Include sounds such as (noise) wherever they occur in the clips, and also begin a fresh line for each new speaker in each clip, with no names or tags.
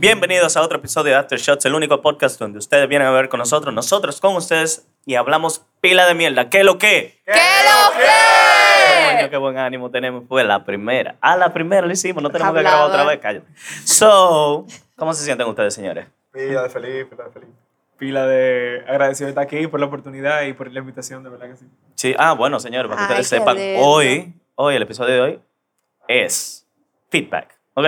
Bienvenidos a otro episodio de Aftershots, el único podcast donde ustedes vienen a ver con nosotros, nosotros con ustedes y hablamos pila de mierda. ¿Qué lo que?
¿Qué
Eh,
lo
Coño,
que?
qué buen ánimo tenemos. Fue la primera. A la primera lo hicimos, no tenemos que
Hablaba.
grabar otra vez, cállate. So, ¿cómo se sienten ustedes, señores?
Pila de Felipe, pila de Felipe.
pila de agradecido de estar aquí por la oportunidad y por la invitación, de verdad que sí.
Sí, ah, bueno, señores, para que
Ay,
ustedes
qué
sepan,
lindo.
hoy, hoy, el episodio de hoy es feedback, ¿ok?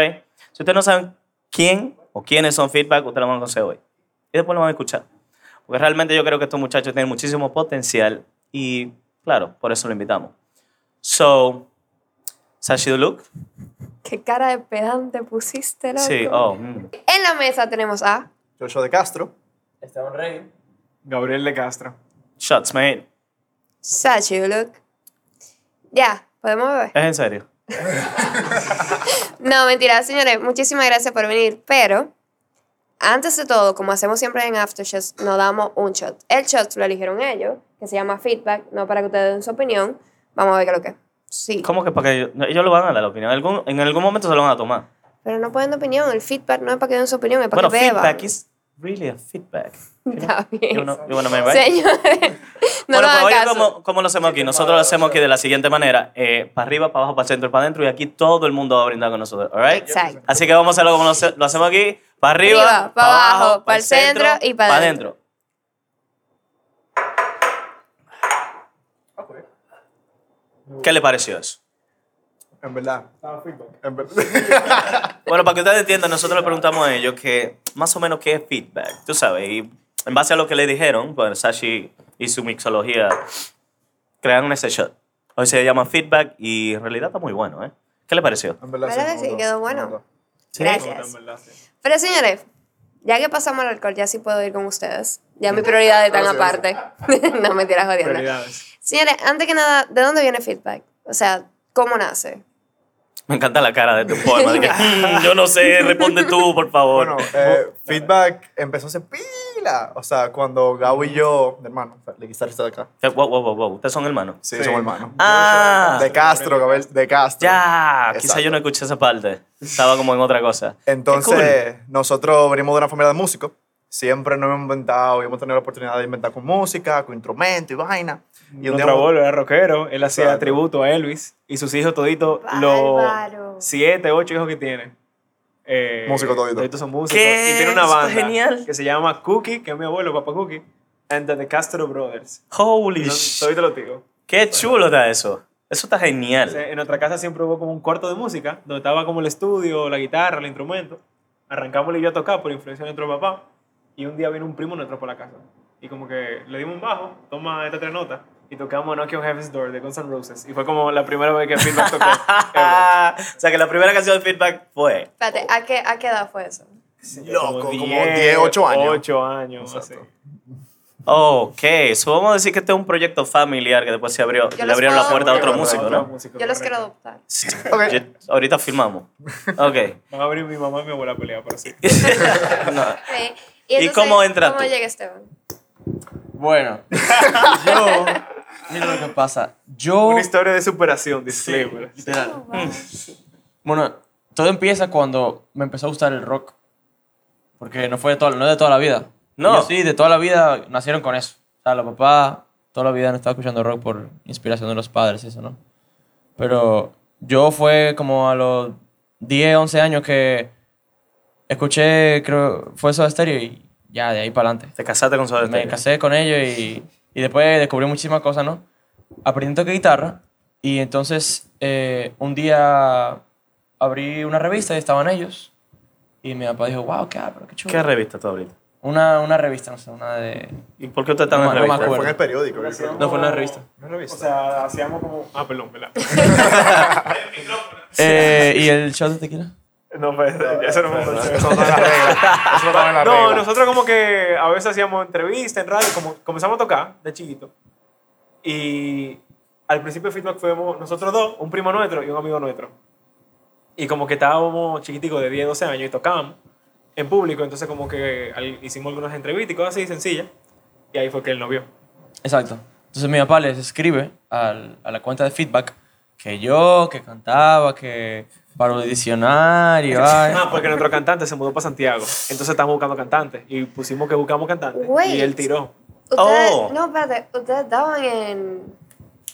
Si ustedes no saben quién o quiénes son feedback, ustedes lo van a conocer hoy. Y después lo van a escuchar. Porque realmente yo creo que estos muchachos tienen muchísimo potencial y, claro, por eso lo invitamos. So, Sashi Duluk.
¿Qué cara de pedante pusiste, loco?
Sí, oh, mm.
En la mesa tenemos a...
Joshua de Castro.
Esteban Rey.
Gabriel de Castro.
shots, mate.
Sachi, look. Ya, podemos beber.
Es en serio.
No, mentira, señores, muchísimas gracias por venir, pero... Antes de todo, como hacemos siempre en Aftershots, nos damos un shot. El shot lo eligieron ellos, que se llama feedback, no para que ustedes den su opinión. Vamos a ver qué es lo que es. Sí.
¿Cómo que para que ellos, no, ellos lo van a dar la opinión? Algún- en algún momento se lo van a tomar.
Pero no pueden dar opinión, el feedback no es para que den su opinión, es para
Bueno,
que beban.
feedback is really a feedback. You know?
(laughs) Está bien.
You know- you wanna make right?
Señores, (laughs) no
¿eh? bueno,
nos
pues
hagan
oye,
caso.
¿cómo, cómo lo hacemos aquí? Nosotros lo hacemos aquí de la siguiente manera: para arriba, para abajo, para el centro, para adentro, y aquí todo el mundo va a brindar con nosotros, ¿all right?
Exacto.
Así que vamos a hacerlo como lo, hace- lo hacemos aquí: para arriba,
Arriba, pa' abajo, pa' el centro y pa'
pa'
adentro.
¿Qué le pareció eso?
En verdad. En (laughs) verdad.
Bueno, para que ustedes entiendan, nosotros le preguntamos a ellos que más o menos qué es feedback, tú sabes, y en base a lo que le dijeron, pues Sashi y su mixología crearon ese shot. Hoy se llama feedback y en realidad está muy bueno, ¿eh? ¿Qué le pareció?
En verdad.
¿Verdad que sí?
no, no,
Quedó
no,
bueno.
no.
Gracias.
En verdad, sí.
Pero señores, ya que pasamos al alcohol, ya sí puedo ir con ustedes. Ya mis prioridades están aparte. (laughs)
Gracias.
no, mentiras jodiendo.
Prioridades.
Señores, antes que nada, ¿de dónde viene feedback? O sea, ¿cómo nace?
Me encanta la cara de
(laughs)
tu forma, de que, "Mm, yo no sé, responde tú, por
Oh,
favor.
Bueno, eh, feedback empezó hace pila. O sea, cuando Gabo y yo, mi hermano, o sea, el guitarrista de acá.
Eh, wow, wow, wow, wow, ustedes son hermanos.
Sí,
Sí.
somos hermanos.
Ah,
De Castro, Gabriel, de Castro.
ya, quizá
Exacto.
yo no escuché esa parte, estaba como en otra cosa. Qué cool.
Entonces, nosotros venimos de una familia de músicos. Siempre nos hemos inventado y hemos tenido la oportunidad de inventar con música, con instrumento y vaina. Y un día-
Nuestro abuelo era rockero, él hacía
Exacto.
tributo a Elvis y sus hijos toditos,
Bárbaro.
los siete, ocho hijos que tiene. Eh,
Músicos toditos.
son músicos.
¿Qué?
Y tiene una
Eso está
banda
genial.
que se llama Cookie, que es mi abuelo, papá Cookie, and the, The Castro Brothers.
Holy
Entonces,
shit.
Todito lo digo.
Qué chulo está eso. Eso está (laughs) genial.
Entonces, En nuestra casa siempre hubo como un cuarto de música, donde estaba como el estudio, la guitarra, el instrumento. Arrancamos y yo a tocar por influencia de nuestro papá. Y un día vino un primo nuestro por la casa. Y como que le dimos un bajo, toma estas tres notas, y tocamos Knock on Heaven's Door de Guns N' Roses. Y fue como la primera vez que Feedback tocó. ever.
Ah, o sea que la primera canción de feedback fue.
Espérate, ¿a qué, ¿a qué edad fue eso?
Loco, como 10, 8 años.
8 años, así.
Exacto.
Ok, so vamos a decir que este es un proyecto familiar que después se abrió,
Yo
le
los
abrieron la
puedo-
puerta a otro
Yo los
músico,
puedo-
¿no?
Yo los quiero adoptar.
Ok.
Yo- ahorita firmamos. Ok.
Van a abrir mi mamá y mi abuela a pelear, pero sí.
No.
Ok.
¿Y cómo entras
entras ¿Cómo
tú?
llega Esteban?
Bueno, yo. Mira lo que pasa. Yo.
Una historia de superación, disclaimer.
Oh,
Literal.
Mm.
Bueno, todo empieza cuando me empezó a gustar el rock. Porque no fue de toda, no es de toda la vida.
No.
Ellos sí, de toda la vida nacieron con eso. O sea, los papás toda la vida han estado escuchando rock por inspiración de los padres, eso, ¿no? Pero yo fue como a los 10, 11 años que escuché, creo, fue eso de estéreo y ya de ahí para adelante.
Te casaste con su
Me casé con ellos y, y después descubrí muchísimas cosas, ¿no? Aprendí a tocar guitarra y entonces eh, un día abrí una revista y estaban ellos. Y mi papá dijo, wow, qué, abro, qué chulo.
¿Qué revista tú ahorita?
una, una revista, no sé, una de...
¿Y por qué usted está en
No,
la
no me
revista?
acuerdo.
Fue en el periódico. yo creo.
Hacíamos-
No, fue una revista.
Una revista.
O sea, hacíamos como... Ah, perdón, ¿verdad?
Eh, ¿Y el shot de tequila?
No, pues, eso no me
Eso no está en la regla. Eso no está en la
No,
regla.
nosotros como que a veces hacíamos entrevistas en radio, como comenzamos a tocar de chiquito. Y al principio feedback fuimos nosotros dos, un primo nuestro y un amigo nuestro. Y como que estábamos chiquiticos de 10, 12 años y tocábamos en público, entonces como que al- hicimos algunas entrevistas y cosas así sencillas. Y ahí fue que él nos vio.
Exacto. Entonces mi papá les escribe al- a la cuenta de feedback que yo, que cantaba, que para audicionar y vaina.
Ah, porque nuestro cantante se mudó para Santiago. Entonces estamos buscando cantantes. Y pusimos que buscamos cantantes.
Wait.
Y él tiró.
Ustedes,
Oh.
No, espérate, ustedes daban en,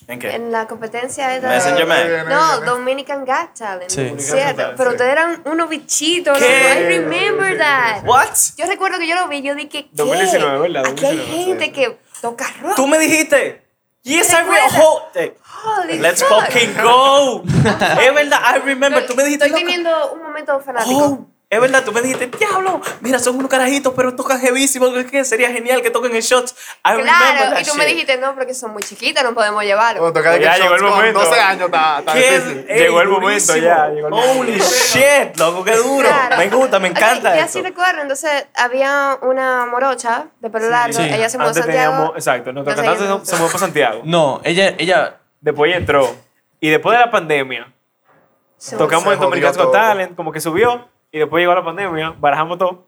¿En qué?
en la competencia esa de-
Messenger Man.
No, Dominican Got Talent.
Sí.
¿cierto? Pero ustedes eran unos bichitos.
¿Qué?
loco. I remember that.
What?
Yo recuerdo que yo lo vi, yo dije que.
2019, ¿verdad?
Aquí hay
2019,
gente que toca rock.
Tú me dijiste. Yes, I
Recuerda.
remember.
Holy
eh, Let's
fuck.
fucking go. es verdad, I remember.
Estoy-
Tú me dijiste.
Estoy
loco.
teniendo un momento fanático.
Oh, es verdad, tú me dijiste, diablo, mira, son unos carajitos, pero tocan heavísimo, es que sería genial que toquen en shots. I remember
Claro,
that
y tú
shit.
me
Oh,
dijiste, no, porque son muy chiquitas, no podemos llevarlo.
Cuando toca de
Pues Ya
que
llegó el
shots con
momento.
12 años está, está
Qué-
difícil.
ey,
Llegó el
durísimo.
momento ya, llegó el
Holy
momento.
shit, loco, qué duro.
Claro.
Me gusta, me
Ok,
encanta
y
esto.
así recuerdo, entonces había una morocha de pelo largo,
Sí.
Ah, ella se mudó a
Antes
Santiago.
teníamos.
eh,
Exacto, nuestro
Entonces
cantante
ella-
se- se mudó para Santiago.
No, ella, ella,
Después ella entró. Y después de la pandemia,
se mudó.
tocamos
Se
en Dominican's
jodió
Got
todo.
Talent, como que subió. Y después llegó la pandemia, barajamos todo.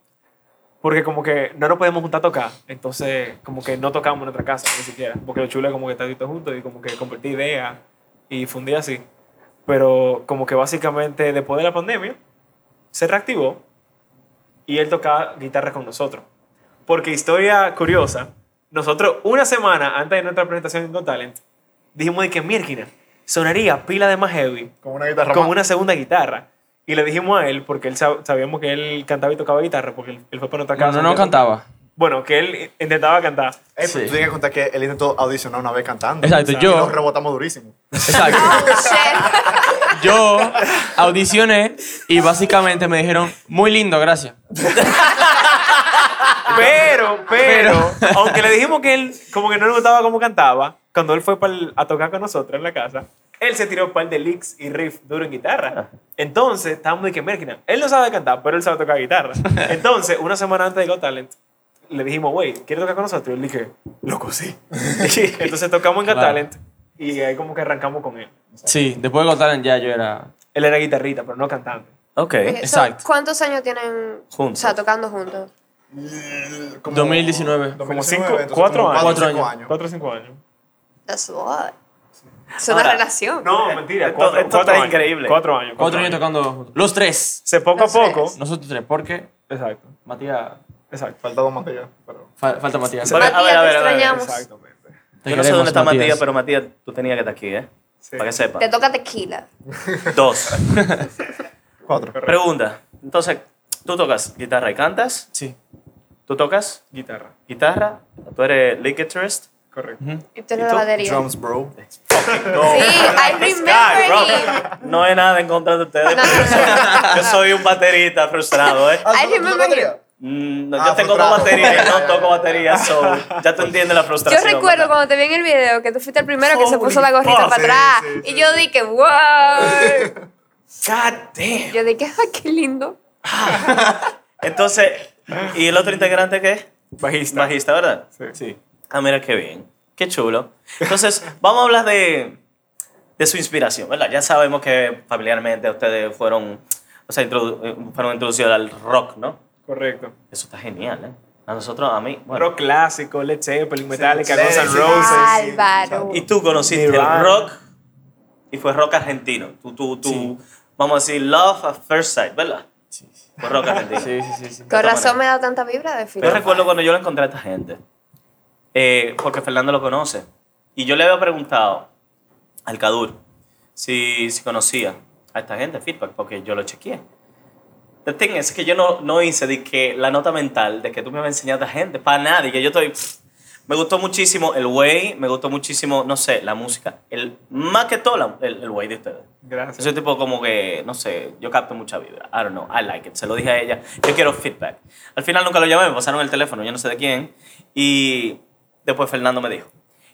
Porque como que no nos podíamos juntar a tocar. Entonces, como que no tocamos en nuestra casa, ni siquiera. Porque lo chulo es como que estar todos juntos y como que compartir ideas y fundir así. Pero como que básicamente después de la pandemia, se reactivó y él tocaba guitarra con nosotros. Porque historia curiosa, nosotros una semana antes de nuestra presentación en Got Talent, dijimos de que Mirkina sonaría pila de más heavy
Con una guitarra
como
más.
una segunda guitarra. Y le dijimos a él, porque él sab- sabíamos que él cantaba y tocaba guitarra, porque él, él fue para nuestra
no,
casa.
no, no cantaba.
Bueno, que él intentaba cantar.
Ey, pero
Sí.
tú tienes que contar que él intentó audicionar una vez cantando.
Exacto,
Y
yo-
nos rebotamos durísimo.
Exacto.
Oh, shit.
Yo audicioné y básicamente me dijeron, muy lindo, gracias.
Pero, pero, aunque le dijimos que él como que no le gustaba cómo cantaba, cuando él fue pa'l- a tocar con nosotros en la casa, él se tiró un par de licks y riff duro en guitarra. Entonces, estábamos de que Merkina, él no sabe cantar, pero él sabe tocar guitarra. Entonces, una semana antes de Got Talent, le dijimos, güey, ¿quieres tocar con nosotros? Y él dije, loco, sí. (laughs) Entonces tocamos en Got
Claro.
Talent y ahí como que arrancamos con él.
Sí, después de Got Talent ya yo era...
Él era guitarrita, pero no cantante.
Ok.
Ok, so,
(laughs) Exacto.
¿Cuántos años tienen
Juntos.
O sea, tocando juntos?
Como-
2019.
Como
2019,
cinco-
entonces
cuatro
como
años.
Cuatro
cinco
años.
Cuatro o cinco años.
That's a lot. Es una
Ahora,
relación.
No, mentira.
Esto-
cuatro,
esto está
cuatro años.
increíble.
Cuatro años.
Cuatro años tocando juntos. Los tres.
Se poco a
Los tres.
poco.
Nosotros tres, porque
Exacto,
Matías...
exacto.
Falta dos materias, pero...
fal- falta Matías.
Pero,
Matías,
a ver, a
te
ver, a ver,
extrañamos.
Exactamente.
Te
Yo no sé dónde
queremos,
está Matías, pero Matías, tú tenías que estar aquí, ¿eh?
Sí.
Para que sepa.
Te toca tequila. (laughs)
Dos.
Cuatro.
Pregunta. Entonces, tú tocas guitarra y cantas.
Sí.
Tú tocas
Guitarra,
guitarra. Tú eres lead guitarist.
correcto.
Y tú eres la batería.
Drums, bro.
Sí, I remember
Sky, bro.
him.
No es nada en contra de ustedes.
No, no,
pero yo, soy,
no.
yo soy un baterista frustrado, ¿eh?
Ah, ¿tú- tú
I
tocas
remember
batería?
him.
Mm, no,
Ah,
yo tengo dos
frustrado.
baterías, yo no toco
Ya, ya, ya.
baterías, so, ya tú entiendes la
Yo
frustración.
recuerdo
¿verdad?
cuando te vi en el video que tú fuiste el primero que se
Holy
puso la gorrita
fuck.
para
Sí,
atrás.
sí, sí,
y yo dije, wow.
God damn.
Yo dije, ay, qué lindo.
Entonces, ¿y el otro integrante qué es?
Bajista.
Bajista, ¿verdad?
Sí.
Ah, mira qué bien. Qué chulo. Entonces, (laughs) vamos a hablar de, de su inspiración, ¿verdad? Ya sabemos que familiarmente ustedes fueron, o sea, introdu- eh, fueron introducidos al rock, ¿no?
Correcto.
Eso está genial, ¿eh? A nosotros, a mí, bueno.
Rock clásico, Led Zeppelin, Metallica,
Led
Guns N'
Zeppelin.
Roses.
Álvaro.
Y tú conociste
Nirvana.
el rock y fue rock argentino. Tú, tú, tú, vamos a decir, love at first sight, ¿verdad?
Sí, sí.
Fue rock
(laughs)
argentino.
Sí, sí, sí, sí.
Con razón me da tanta vibra de
Yo
final.
recuerdo cuando yo lo encontré a esta gente, eh, porque Fernando lo conoce, y yo le había preguntado al Cadur si, si conocía a esta gente, feedback, porque yo lo chequeé. The thing es que yo no, no hice de que la nota mental de que tú me habías enseñado a esta gente, para nadie, que yo estoy... pff, me gustó muchísimo el way, me gustó muchísimo, no sé, la música, el, más que todo la- el, el way de ustedes.
Gracias.
Ese tipo como que, no sé, yo capto mucha vibra. I don't know, I like it. Se lo dije a ella. Yo quiero feedback. Al final nunca lo llamé, me pasaron el teléfono, yo no sé de quién. Y después Fernando me dijo.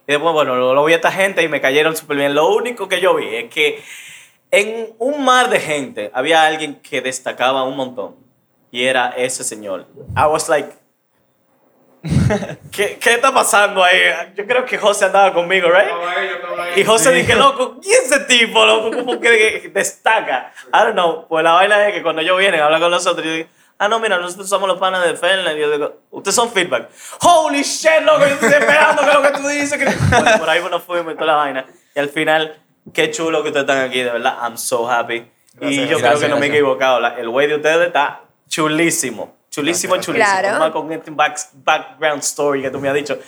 Y después, bueno, lo, lo vi a esta gente y me cayeron súper bien. Lo único que yo vi es que en un mar de gente había alguien que destacaba un montón. Y era ese señor. I was like... ¿Qué, ¿Qué está pasando ahí? Yo creo que José andaba conmigo, ¿right? Y José dije, loco, ¿quién es ese tipo, loco? ¿Cómo que que destaca? I don't know. Pues la vaina es que cuando ellos vienen, hablan con nosotros y yo digo, ah, no, mira, nosotros somos los panas de Fernández. Y yo digo, ustedes son feedback. Holy shit, loco, yo estoy esperando que lo que tú dices. que-". Bueno, por ahí nos fuimos y toda la vaina. Y al final, Qué chulo que ustedes están aquí, de verdad. I'm so happy. y
Gracias.
yo creo
Gracias,
que no me he
gracias.
equivocado. La- el güey de ustedes está chulísimo. Chulísimo, chulísimo.
Claro.
Más con este back- background story que tú me has dicho.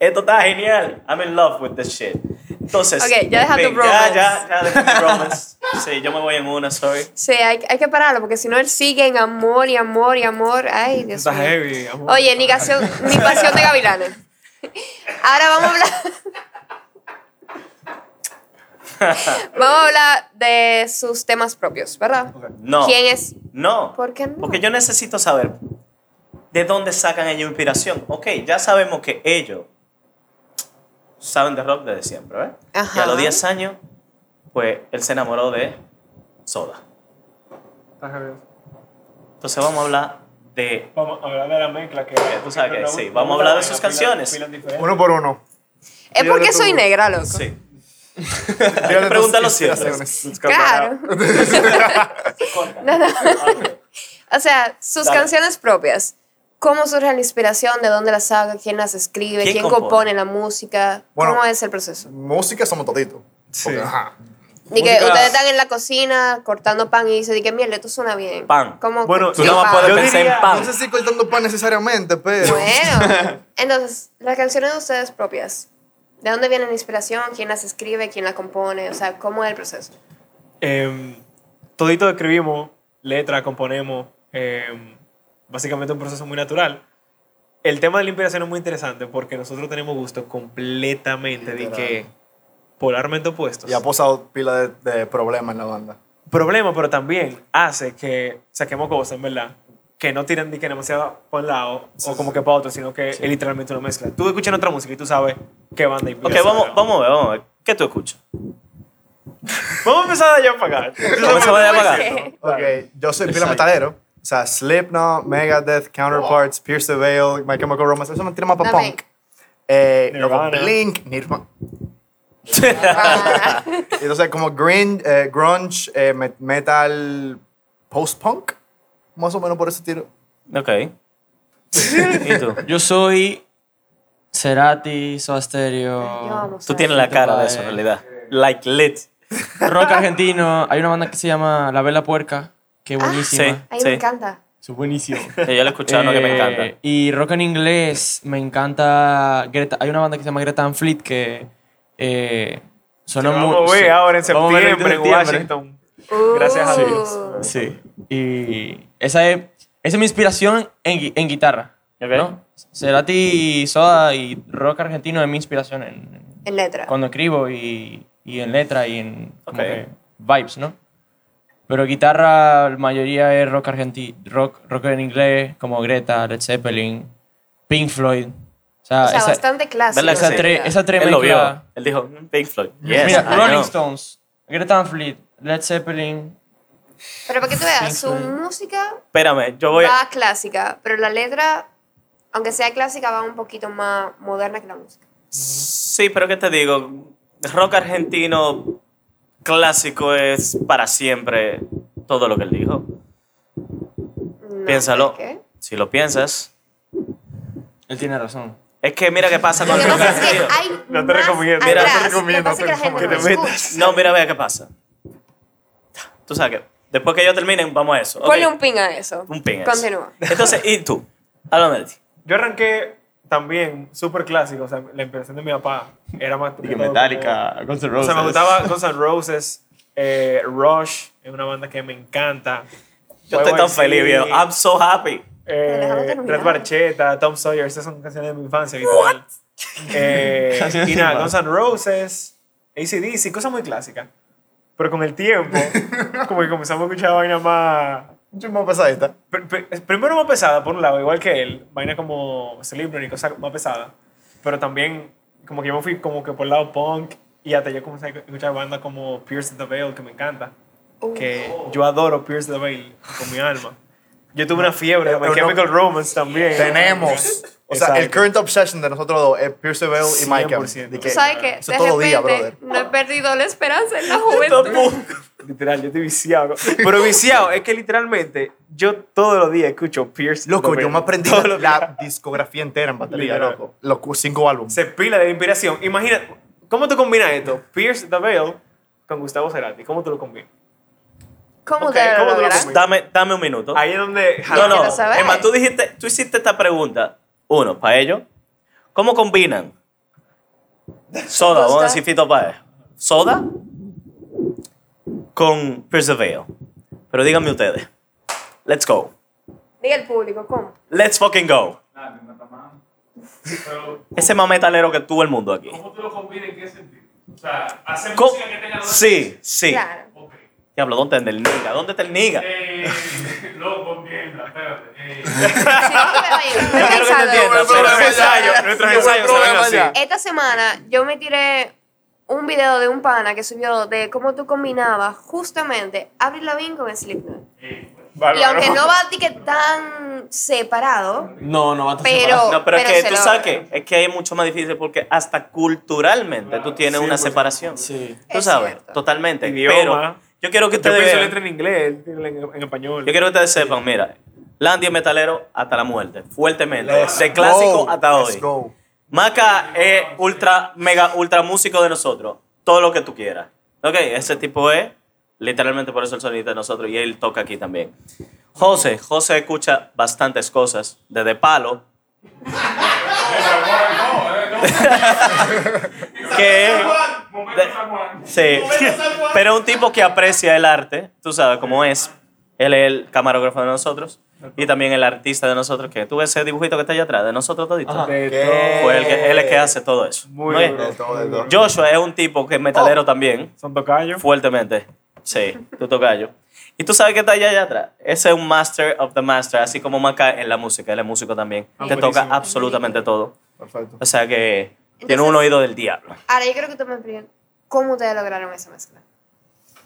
Esto está genial. I'm in love with this shit. Entonces.
Ok, ya deja tu
ven, Ya,
bromance.
ya, ya, deja tu bromance. Sí, yo me voy en una, sorry.
Sí, hay, hay que pararlo porque si no él sigue en amor y amor y amor. Ay, Dios
Está
mío.
heavy, amor.
Oye, negación, mi pasión de gavilanes. Ahora vamos a hablar. vamos a hablar de sus temas propios, ¿verdad?
No.
¿Quién es?
No.
¿Por qué no?
Porque yo necesito saber de dónde sacan ellos inspiración. Ok, ya sabemos que ellos saben de rock desde siempre, ¿verdad? Y
Ajá.
a los 10 años, pues él se enamoró de Soda.
Está heavy.
Entonces vamos a hablar de.
(laughs)
Vamos a hablar de la mezcla que.
tú sabes que sí, vamos a hablar de sus canciones.
Uno por uno.
Es
Yo
porque
lo
soy
tuve.
negra, loco.
Sí.
Dígale tus
preguntarlo siempre.
inspiraciones.
Claro.
(laughs)
No, no. O sea, sus
Dale.
canciones propias. ¿Cómo surge la inspiración? ¿De dónde la saca? ¿Quién las escribe?
¿Quién
¿Quién,
compone?
compone? la música?
Bueno.
¿Cómo es el proceso?
Música somos toditos. Porque, ajá.
Ni que
Música-
ustedes están en la cocina cortando pan y dicen, que mierda, tú suena bien.
Pan.
¿Cómo
Bueno,
Tú
qué
no vas a
pan?
poder
Yo
pensar en
diría-
pan.
No sé si cortando pan necesariamente, pero.
Bueno,
(laughs)
entonces, las canciones de ustedes propias, ¿de dónde viene la inspiración? ¿Quién las escribe? ¿Quién la compone? O sea, ¿cómo es el proceso?
Em, todito escribimos, letra, componemos, em, básicamente un proceso muy natural. El tema de la inspiración es muy interesante porque nosotros tenemos gustos completamente de
Literal.
que polarmente opuestos.
Y ha posado pila de, de problemas en la banda.
Problema, pero también hace que saquemos cosas, en verdad, que no tiran ni que demasiado para un lado o como que para otro, sino que es literalmente una mezcla. Tú escuchas otra música y tú sabes qué banda y
Ok, vamos, vamos a ver, vamos a ver. ¿Qué tú escuchas?
Vamos a empezar de allá para acá.
¿Cómo se
(laughs)
va a pagar?
(laughs)
Ok, yo soy pila
Exacto.
metalero. O sea, Slipknot, Megadeth, Counterparts, Pierce the Veil, My Chemical Romance. Eso no tiene más para
Dame.
punk. Eh, luego
Nirvana.
Blink, Nirvana.
Ah,
Entonces, como green, eh, grunge, eh, met- metal, post-punk. Más o menos por ese tiro.
(laughs) Ok. ¿Y tú?
Yo soy Cerati, Soda Stereo,
yo amo
Tú
Sara.
tienes la cara de eso en realidad. Like lit.
rock argentino. Hay una banda que se llama La Vela Puerca, que es buenísima.
sí.
Ay, me encanta.
Es buenísimo.
Yo ya lo he escuchado, no que me encanta.
Eh, Y rock en inglés, me encanta. Greta, hay una banda que se llama Greta Van Fleet que eh, suena
Lo
muy.
vamos a ver
sí.
ahora en
Vamos a
septiembre
verlo
en
septiembre.
Washington. Gracias a
Uh,
Dios.
Sí. Y esa es, esa es mi inspiración en, gui- en guitarra.
Ok.
¿no? Cerati, Soda y rock argentino es mi inspiración en,
En letra.
cuando escribo y, y en letra y en como
Ok.
que vibes, ¿no? Pero guitarra, la mayoría es rock argentino, rock, rock en inglés, como Greta, Led Zeppelin, Pink Floyd. O sea,
o sea,
esa-
bastante clásico.
¿Verdad que
esa
sí?
tres- esa tres
Él lo vio.
mezcla-
Él dijo, "Mm, Pink Floyd. Yes,
Mira,
I know.
Rolling Stones, Greta Van Fleet, Led Zeppelin.
Pero para que tú veas, su
Sí, sí.
música
Espérame, yo voy a...
va clásica, pero la letra, aunque sea clásica, va un poquito más moderna que la música.
Sí, pero ¿qué te digo? Rock argentino clásico es para siempre todo lo que él dijo.
No,
Piénsalo.
¿Qué?
Si lo piensas.
Él tiene razón.
Es que mira qué pasa
Lo
con
que
el rock
pasa es que
argentino.
hay
No te
más
recomiendo.
Mira, no te
atrás.
recomiendo,
Lo que pasa es que la
no te
gente no
recomiendo.
escucha.
No, mira, vea qué pasa. Tú sabes que después que ellos terminen, vamos a eso. Ok.
Ponle un ping a eso.
Un ping a eso.
Continúa.
Entonces, ¿y tú? Háblame de ti.
Yo arranqué también súper clásico. O sea, la impresión de mi papá era más. que todo
Guns N'
como- O sea, me gustaba Guns N' Roses, eh, Rush, es una banda que me encanta.
Yo
Pues
estoy tan feliz, viejo. I'm so happy.
Pero déjame
Eh,
terminar.
Red Barchetta, Tom Sawyer, esas son canciones de mi infancia. habitual. Eh,
(laughs) Canciones
y
de
nada,
mi
Guns N' Roses, ACDC, cosas muy clásicas. Pero con el
(laughs)
tiempo, como que comenzamos a escuchar vainas más.
Yo me voy a pasar esta.
Pr- pr- Primero más pesada, por un lado, igual que él, vaina como Slipknot y cosas más pesadas, pero también como que yo me fui como que por el lado punk y hasta yo comencé a escuchar bandas como Pierce the Veil, que me encanta, que yo adoro Pierce the Veil con mi alma. Yo tuve una fiebre de My
Pero no-
Chemical Romance también.
Tenemos. O sea, el
Exacto.
current obsession de nosotros dos es Pierce the Veil y Michael.
100%.
De que-
Tú sabes que
Eso
de
todo día,
repente
brother.
no he perdido la esperanza en la juventud.
Literal, yo estoy viciado. Pero viciado, es que literalmente yo todos los días escucho Pierce
Loco,
the
yo
Veil.
me aprendí
Todos los días.
la discografía entera en batería,
Literal.
loco. Los cu- cinco álbumes.
se pila de inspiración. Imagina, ¿cómo tú combinas esto? Pierce the Veil con Gustavo Cerati? ¿Cómo tú lo combinas?
¿Cómo
Ok,
te lo
¿cómo tú lo
logras?
comes?
Dame, dame un minuto.
Ahí es donde...
No, no.
Ah, Quiero saber.
Emma, tú, dijiste, tú hiciste esta pregunta. Uno, para ellos. ¿Cómo
(laughs)
combinan? Soda, vamos a
Costa.
decir Fito Páez. Soda con Persevere. Pero díganme ustedes. Let's go.
Diga el público, ¿cómo?
Let's fucking go. Ese más metalero que tuvo el mundo aquí.
¿Cómo tú lo combinas en qué sentido? O sea, hacer
Co-
música que tenga los dos
Sí, sí. (laughs)
Claro.
Ok.
Diablo, ¿dónde está el niga? ¿Dónde está el niga?
Eh, loco, mierda, espérate. Eh,
Sí, pero oye, estoy
Yo quiero que te
pensando.
entiendas,
Pero
pero-
ensayo, nuestros ensayos se ven así.
Esta semana yo me tiré un video de un pana que subió de cómo tú combinabas justamente Avril Lavigne con Slipknot. Y aunque no va a ti que tan separado,
No, no va a estar
Pero-
separado.
No, pero, es
pero
que
se
tú
logra.
sabes que es que es mucho más difícil porque hasta culturalmente tú tienes una separación.
Sí.
Tú
Es
sabes,
cierto.
totalmente.
Idioma.
Pero yo quiero que
Yo
ustedes
pienso
vean-
letra en inglés, él tiene en, en español.
yo quiero que ustedes sepan, mira, Landy es metalero hasta la muerte, fuertemente, de clásico
Go,
hasta
let's
hoy.
go.
Maca es ultra, mega, ultra músico de nosotros, todo lo que tú quieras. Ok, ese tipo es literalmente por eso el sonidista de nosotros y él toca aquí también. José, José escucha bastantes cosas, desde palo. (laughs) que
Momento San Juan.
Sí. Pero es un tipo que aprecia el arte, tú sabes cómo es. Él es el camarógrafo de nosotros y también el artista de nosotros, que tú ves ese dibujito que está allá atrás, de nosotros toditos.
Ajá.
De
¿Qué?
todo.
Pues él, que- él es que hace todo eso.
Muy
¿no es?
duro.
De todo, de todo.
Joshua es un tipo que es metalero también,
Son tocayos.
fuertemente. Sí, tú tocayo. Y tú sabes que está allá, allá atrás. Ese es un master of the master, así como Maca en la música, él es músico también,
Ah,
que
buenísimo.
toca absolutamente todo.
Perfecto.
O sea que tiene un
Entonces-
oído del diablo.
ahora yo creo que tú me expliques cómo ustedes lograron esa mezcla.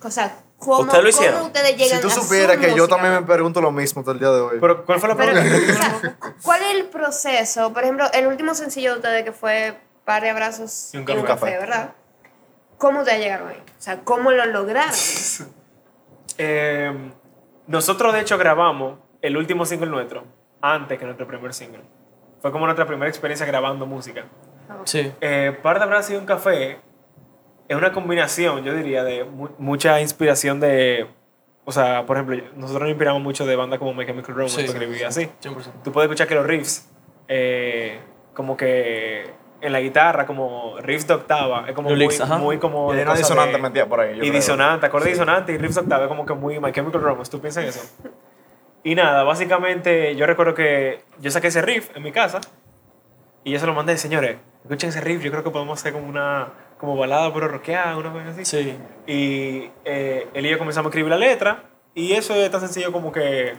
O sea, ¿cómo,
¿Ustedes lo hicieron?
cómo ustedes llegan
Si tú
a su
supieras que yo
música?
también me pregunto lo mismo hasta el día de hoy.
Pero, ¿cuál fue la
Pero,
pregunta?
o sea, ¿cuál es el proceso? Por ejemplo, el último sencillo de ustedes que fue Par de abrazos y un café,
café.
¿verdad? ¿Cómo ustedes llegaron ahí? O sea, ¿cómo lo lograron?
Eh, nosotros, de hecho, grabamos el último single nuestro antes que nuestro primer single. Fue como nuestra primera experiencia grabando música.
Sí.
Eh, Par de Abrazos y un Café es una combinación, yo diría, de mu- mucha inspiración de. O sea, por ejemplo, nosotros nos inspiramos mucho de bandas como My Chemical Romance,
Sí.
que escribí así.
100%.
Tú puedes escuchar que los riffs, eh, como que en la guitarra, como riffs de octava, es como
Los
muy,
licks, ajá.
muy
Y
como. de
hay una
cosa
disonante
de-
metida por ahí. yo
y
creo.
disonante, acorde disonante y riffs de octava, como que muy My Chemical Romance, ¿tú piensas en eso? Y nada, básicamente yo recuerdo que yo saqué ese riff en mi casa y yo se lo mandé, señores, escuchen ese riff, yo creo que podemos hacer como una como balada pero rockeada, una cosa así.
Sí.
Y eh, él y yo comenzamos a escribir la letra y eso es tan sencillo como que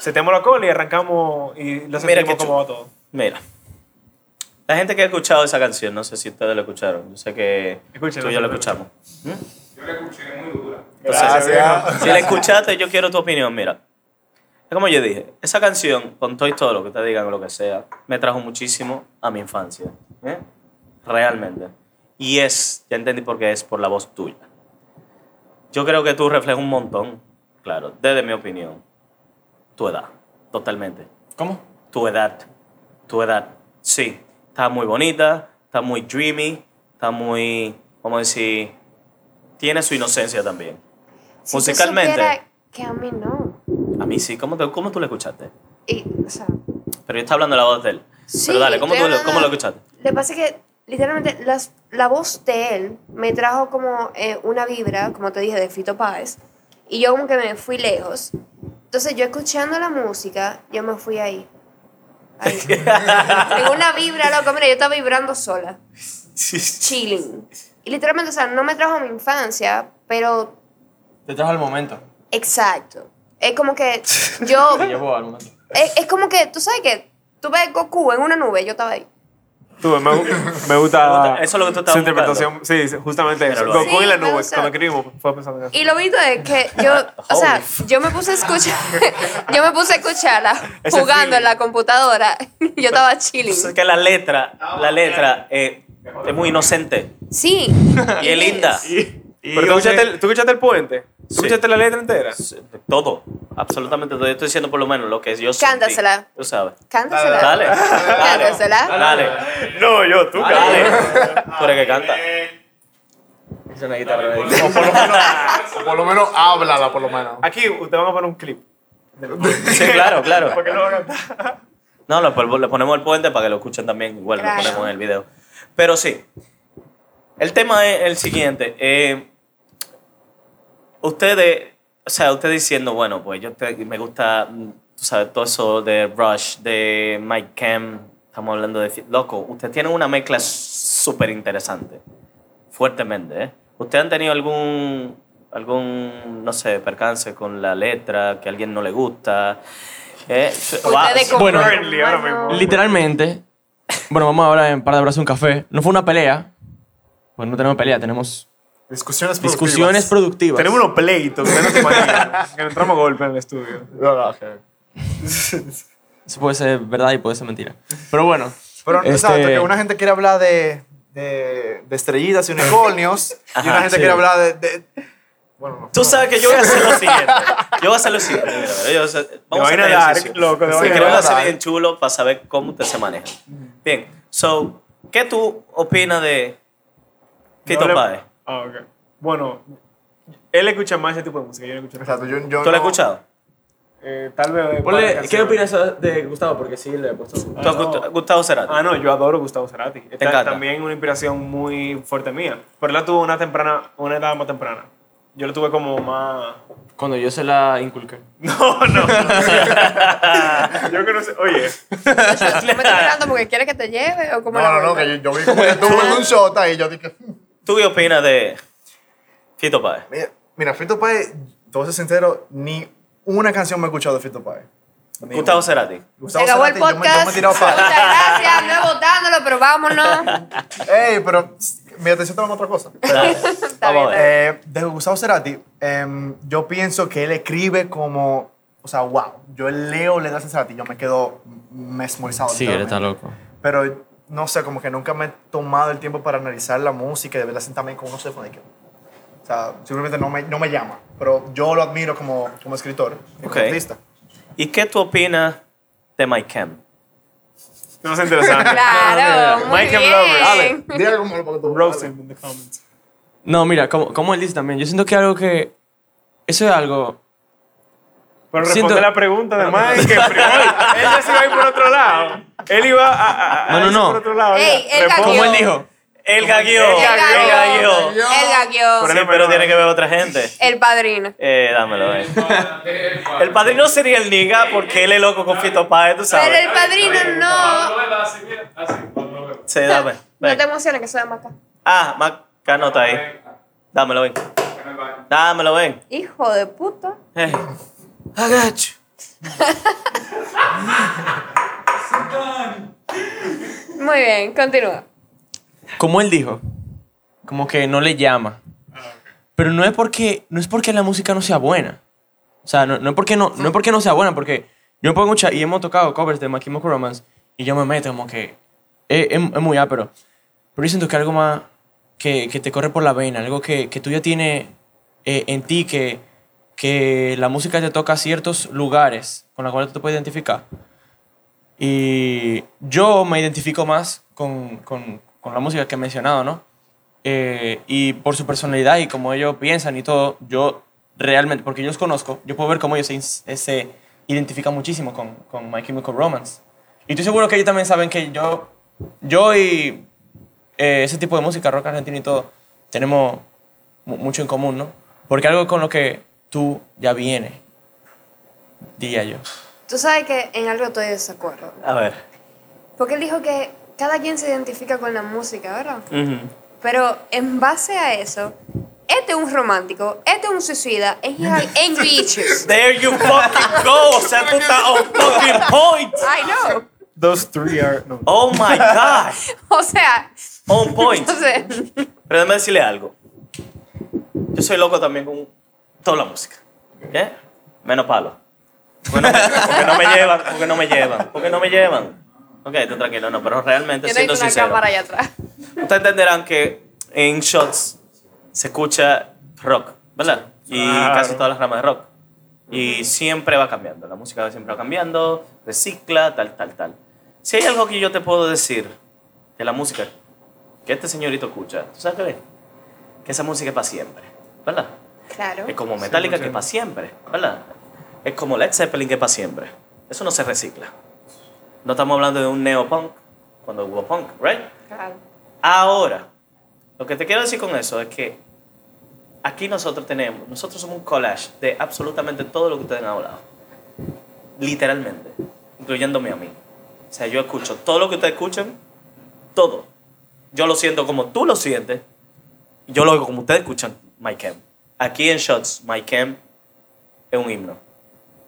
seteamos la cola y arrancamos y
Mira qué
lo sentimos como
chulo.
va todo.
Mira, la gente que ha escuchado esa canción, no sé si ustedes la escucharon, yo sé que
Escúchenla,
tú y yo la
escúchenla.
escuchamos.
Yo la escuché muy dura.
Gracias.
Si la escuchaste, yo quiero tu opinión, mira. Es como yo dije, esa canción, con todo y todo lo que te digan o lo que sea, me trajo muchísimo a mi infancia. ¿eh? Realmente. Y es, ya entendí por qué es, por la voz tuya. Yo creo que tú reflejas un montón, claro, desde mi opinión, tu edad, totalmente
¿Cómo?
tu edad. Tu edad. Sí. Está muy bonita, está muy dreamy, está muy, vamos a decir, tiene su inocencia también.
Si tú
Musicalmente.
supieras que a mí no.
A mí sí, ¿cómo, te- cómo tú la escuchaste?
Y, o sea,
Pero yo estaba hablando de la voz de él.
sí,
Pero dale, ¿cómo,
estoy
tú, lo-
hablando-
¿cómo lo escuchaste?
Lo que pasa es que literalmente las, la voz de él me trajo como eh, una vibra, como te dije, de Fito Páez. Y yo como que me fui lejos. Entonces yo escuchando la música, yo me fui ahí. Ahí. Tengo una vibra, loco. Mira, yo estaba vibrando sola. Chilling. Y literalmente, o sea, no me trajo a mi infancia, pero
Te trajo al momento.
exacto. Es como que yo...
(laughs) Te llevó al momento.
es, es como que, tú sabes que tú ves Goku en una nube, yo estaba ahí.
Tú, me,
(laughs)
me gusta.
Eso es lo que tú estabas
Su interpretación, sí, sí, justamente eso.
Míralo ahí.
Goku en la
Sí, me
nube,
gusta.
cuando escribimos, fue pensando en eso.
Y lo visto es que yo, o sea, yo me puse a escuchar, (laughs) yo me puse a escucharla
Ese
jugando en
feeling.
la computadora. (laughs) Yo estaba
Es
chilling.
que la letra,
Ah,
la letra eh, es muy inocente (laughs)
Sí.
y es linda.
Pero tú escuchaste, el, tú escuchaste el puente, tú
Sí.
escuchaste la letra entera.
Todo, absolutamente todo. Yo estoy diciendo por lo menos lo que yo sentí.
Cántasela.
Tú sabes.
Cántasela.
Dale.
Cántasela.
Dale.
No, yo, tú,
Dale. Tú eres que canta.
Es una guitarra.
Ah, Dale,
ahí.
O por lo menos, o por lo menos háblala, por lo menos.
Aquí usted van a poner un clip.
Sí, (laughs) claro, claro.
(laughs) Porque lo van a cantar.
No, lo pol- le ponemos el puente para que lo escuchen también. Igual
Claro.
lo ponemos en el video. Pero sí. El tema es el siguiente. eh, ustedes, o sea, ustedes diciendo, bueno, pues yo te- me gusta, mm, tú sabes, todo eso de Rush, de Mike Cam, estamos hablando de... fi- Loco, ustedes tienen una mezcla súper interesante. Fuertemente, ¿eh? ¿Ustedes han tenido algún, algún, no sé, percance con la letra, que a alguien no le gusta? ¿Eh?
Ustedes
Wow.
con
Bueno,
Friendly ahora
mano-
mismo.
Literalmente, bueno, vamos ahora en para de abrazar un café. No fue una pelea, pues no tenemos pelea, tenemos
Discusiones productivas.
discusiones productivas.
Tenemos unos pleitos. que no se imaginan. Que entramos a golpe en el estudio.
No, no, ok.
Eso puede ser verdad y puede ser mentira. Pero bueno,
Pero
Este-
exacto, que una gente quiere hablar de, de, de estrellitas y unicornios y una
Ajá,
gente
sí.
quiere hablar de... de- bueno, no.
Tú sabes que yo voy a hacer lo siguiente. Yo voy a hacer lo siguiente. mira, mira, yo voy a hacer- vamos a
vaina
hacer
dark,
ejercicio.
loco, de
Sí,
vaina
que lo voy a hacer
dark.
bien chulo para saber cómo usted se maneja. Bien, so, ¿qué tú opinas de Fito
No le-
Páez?
Ah, ok. Bueno, él escucha más ese tipo de música. Yo no escucho nada.
Exacto, yo, yo
¿Tú lo
no-
has escuchado?
Eh, tal vez. eh, para
ponle,
la
¿qué
canción.
opinas de Gustavo? Porque sí le he puesto.
¿Tú has
no.
gust- Gustavo Cerati?
Ah, no, yo adoro Gustavo Cerati. Esta
encanta.
también una inspiración muy fuerte mía. Pero la tuve una temprana, una edad más temprana. Yo lo tuve como más. (laughs)
Cuando yo se la inculqué.
No,
(laughs)
no. yo que no sé. Oye,
¿Tú me estás mirando porque quieres que te lleve o
No,
cómo es la
no, no,
vaina?
que yo, yo vi como que tú en un shot ahí yo dije... "Hmm".
¿Tú qué opinas de Fito Páez?
Mira, mira Fito Páez, te voy a ser sincero, ni una canción me he escuchado de Fito Páez. Ni
Gustavo
una.
Cerati.
Se
Gustavo
acabó el
Cerati, yo me-
podcast.
Yo me, he tirado
Muchas
para...
gracias, no es votándolo,
(laughs)
pero vámonos.
Ey, pero mi atención estaba en otra cosa.
Dale,
bien,
Vamos a
está
ver.
Eh, de Gustavo Cerati, em, yo pienso que él escribe como, o sea, wow. Yo leo letras de Cerati, yo me quedo mesmorizado.
Sí, él está
literalmente.
loco.
Pero no sé, como que nunca me he tomado el tiempo para analizar la música y de verdad sentarme con unos teléfonos. de que- O sea, simplemente no me, no me llama. Pero yo lo admiro como, como escritor, y
Ok.
como artista.
¿Y qué tú opinas de Mike Cam?
no sé interesante.
Claro, muy
Mike and
bien.
Dile algo malo para que
(laughs)
tú.
Roast him in the comments.
No, mira, como, como él dice también, yo siento que algo que. Eso es algo.
Pero responde
Siento-
la pregunta de Mike. Que primero, ella se iba a ir por otro lado. Él iba a. a- a-
No,
a
no,
irse
no.
Por otro lado,
Ey,
ya.
él
Responde.
cambió.
Como él dijo.
El gagueó.
El
El gagueó.
gagueó.
El gagueó.
El gagueó.
Sí, pero tiene que ver otra gente.
El padrino.
Eh, dámelo, eh. El
El
padrino sería el niga porque él es loco con Fito Páez, tú
Pero el
sabes.
padrino no.
Así, mira, así, cuando lo veo.
Sí, dame.
No
Ven.
te emociones que soy acá.
Ah, Maca no está ahí. Dámelo, ven.
En el baño.
Dámelo, ven. Eh,
Hijo de puta.
Hey. I got you.
Muy bien, continúa.
Como él dijo. Como que no le llama. Pero no es porque. No es porque la música no sea buena. O sea, no, no es porque no, no es porque no sea buena, porque yo puedo escuchar y hemos tocado covers de My Chemical Romance y yo me meto como que eh, es, es- es muy ápero. Pero yo siento que algo más que, que te corre por la vena, algo que, que tú ya tienes eh, en ti, que, que la música te toca a ciertos lugares con los cuales tú te puedes identificar. Y yo me identifico más con, con- con la música que he mencionado, ¿no? Eh, y por su personalidad y como ellos piensan y todo, yo realmente, porque yo los conozco, yo puedo ver cómo ellos se, ins- eh, se identifican muchísimo con, con My Chemical Romance. Y estoy seguro que ellos también saben que yo, yo y eh, ese tipo de música, rock argentino y todo, tenemos mu- mucho en común, ¿no? Porque algo con lo que tú ya vienes, diría yo.
Tú sabes que en algo estoy de desacuerdo.
A ver.
Porque él dijo que cada quien se identifica con la música, ¿verdad?
Ujú.
Pero en base a eso, este es un romántico, este es un suicida,
(laughs)
and he has angry issues.
There you fucking go. O sea, tú estás on fucking point.
I know.
Those three are. No.
Oh my God.
O sea,
On point.
(laughs) entonces,
Pero déjame decirle algo. Yo soy loco también con toda la música. ¿Qué? Menos palo. Porque no, me, porque no me llevan, porque no me llevan, porque no me llevan. Ok, tú tranquilo, no, pero realmente
yo
siendo
tengo una
sincero.
cámara allá atrás.
Ustedes entenderán que en shots se escucha rock, ¿verdad? Y
Claro.
casi todas las ramas de rock. Y siempre va cambiando, la música siempre va cambiando, recicla, tal, tal, tal. Si hay algo que yo te puedo decir de la música que este señorito escucha, ¿tú sabes qué es? que esa música es para siempre, ¿verdad?
Claro.
Es como Metallica que es para siempre, ¿verdad? Es como Led Zeppelin que es para siempre. Eso no se recicla. No estamos hablando de un neopunk cuando hubo punk, ¿right?
Claro.
Ahora, lo que te quiero decir con eso es que aquí nosotros tenemos, nosotros somos un collage de absolutamente todo lo que ustedes han hablado. Literalmente, incluyéndome a mí. O sea, yo escucho todo lo que ustedes escuchan, todo. Yo lo siento como tú lo sientes, y yo lo oigo como ustedes escuchan My Chem. Aquí en Shots, My Chem es un himno,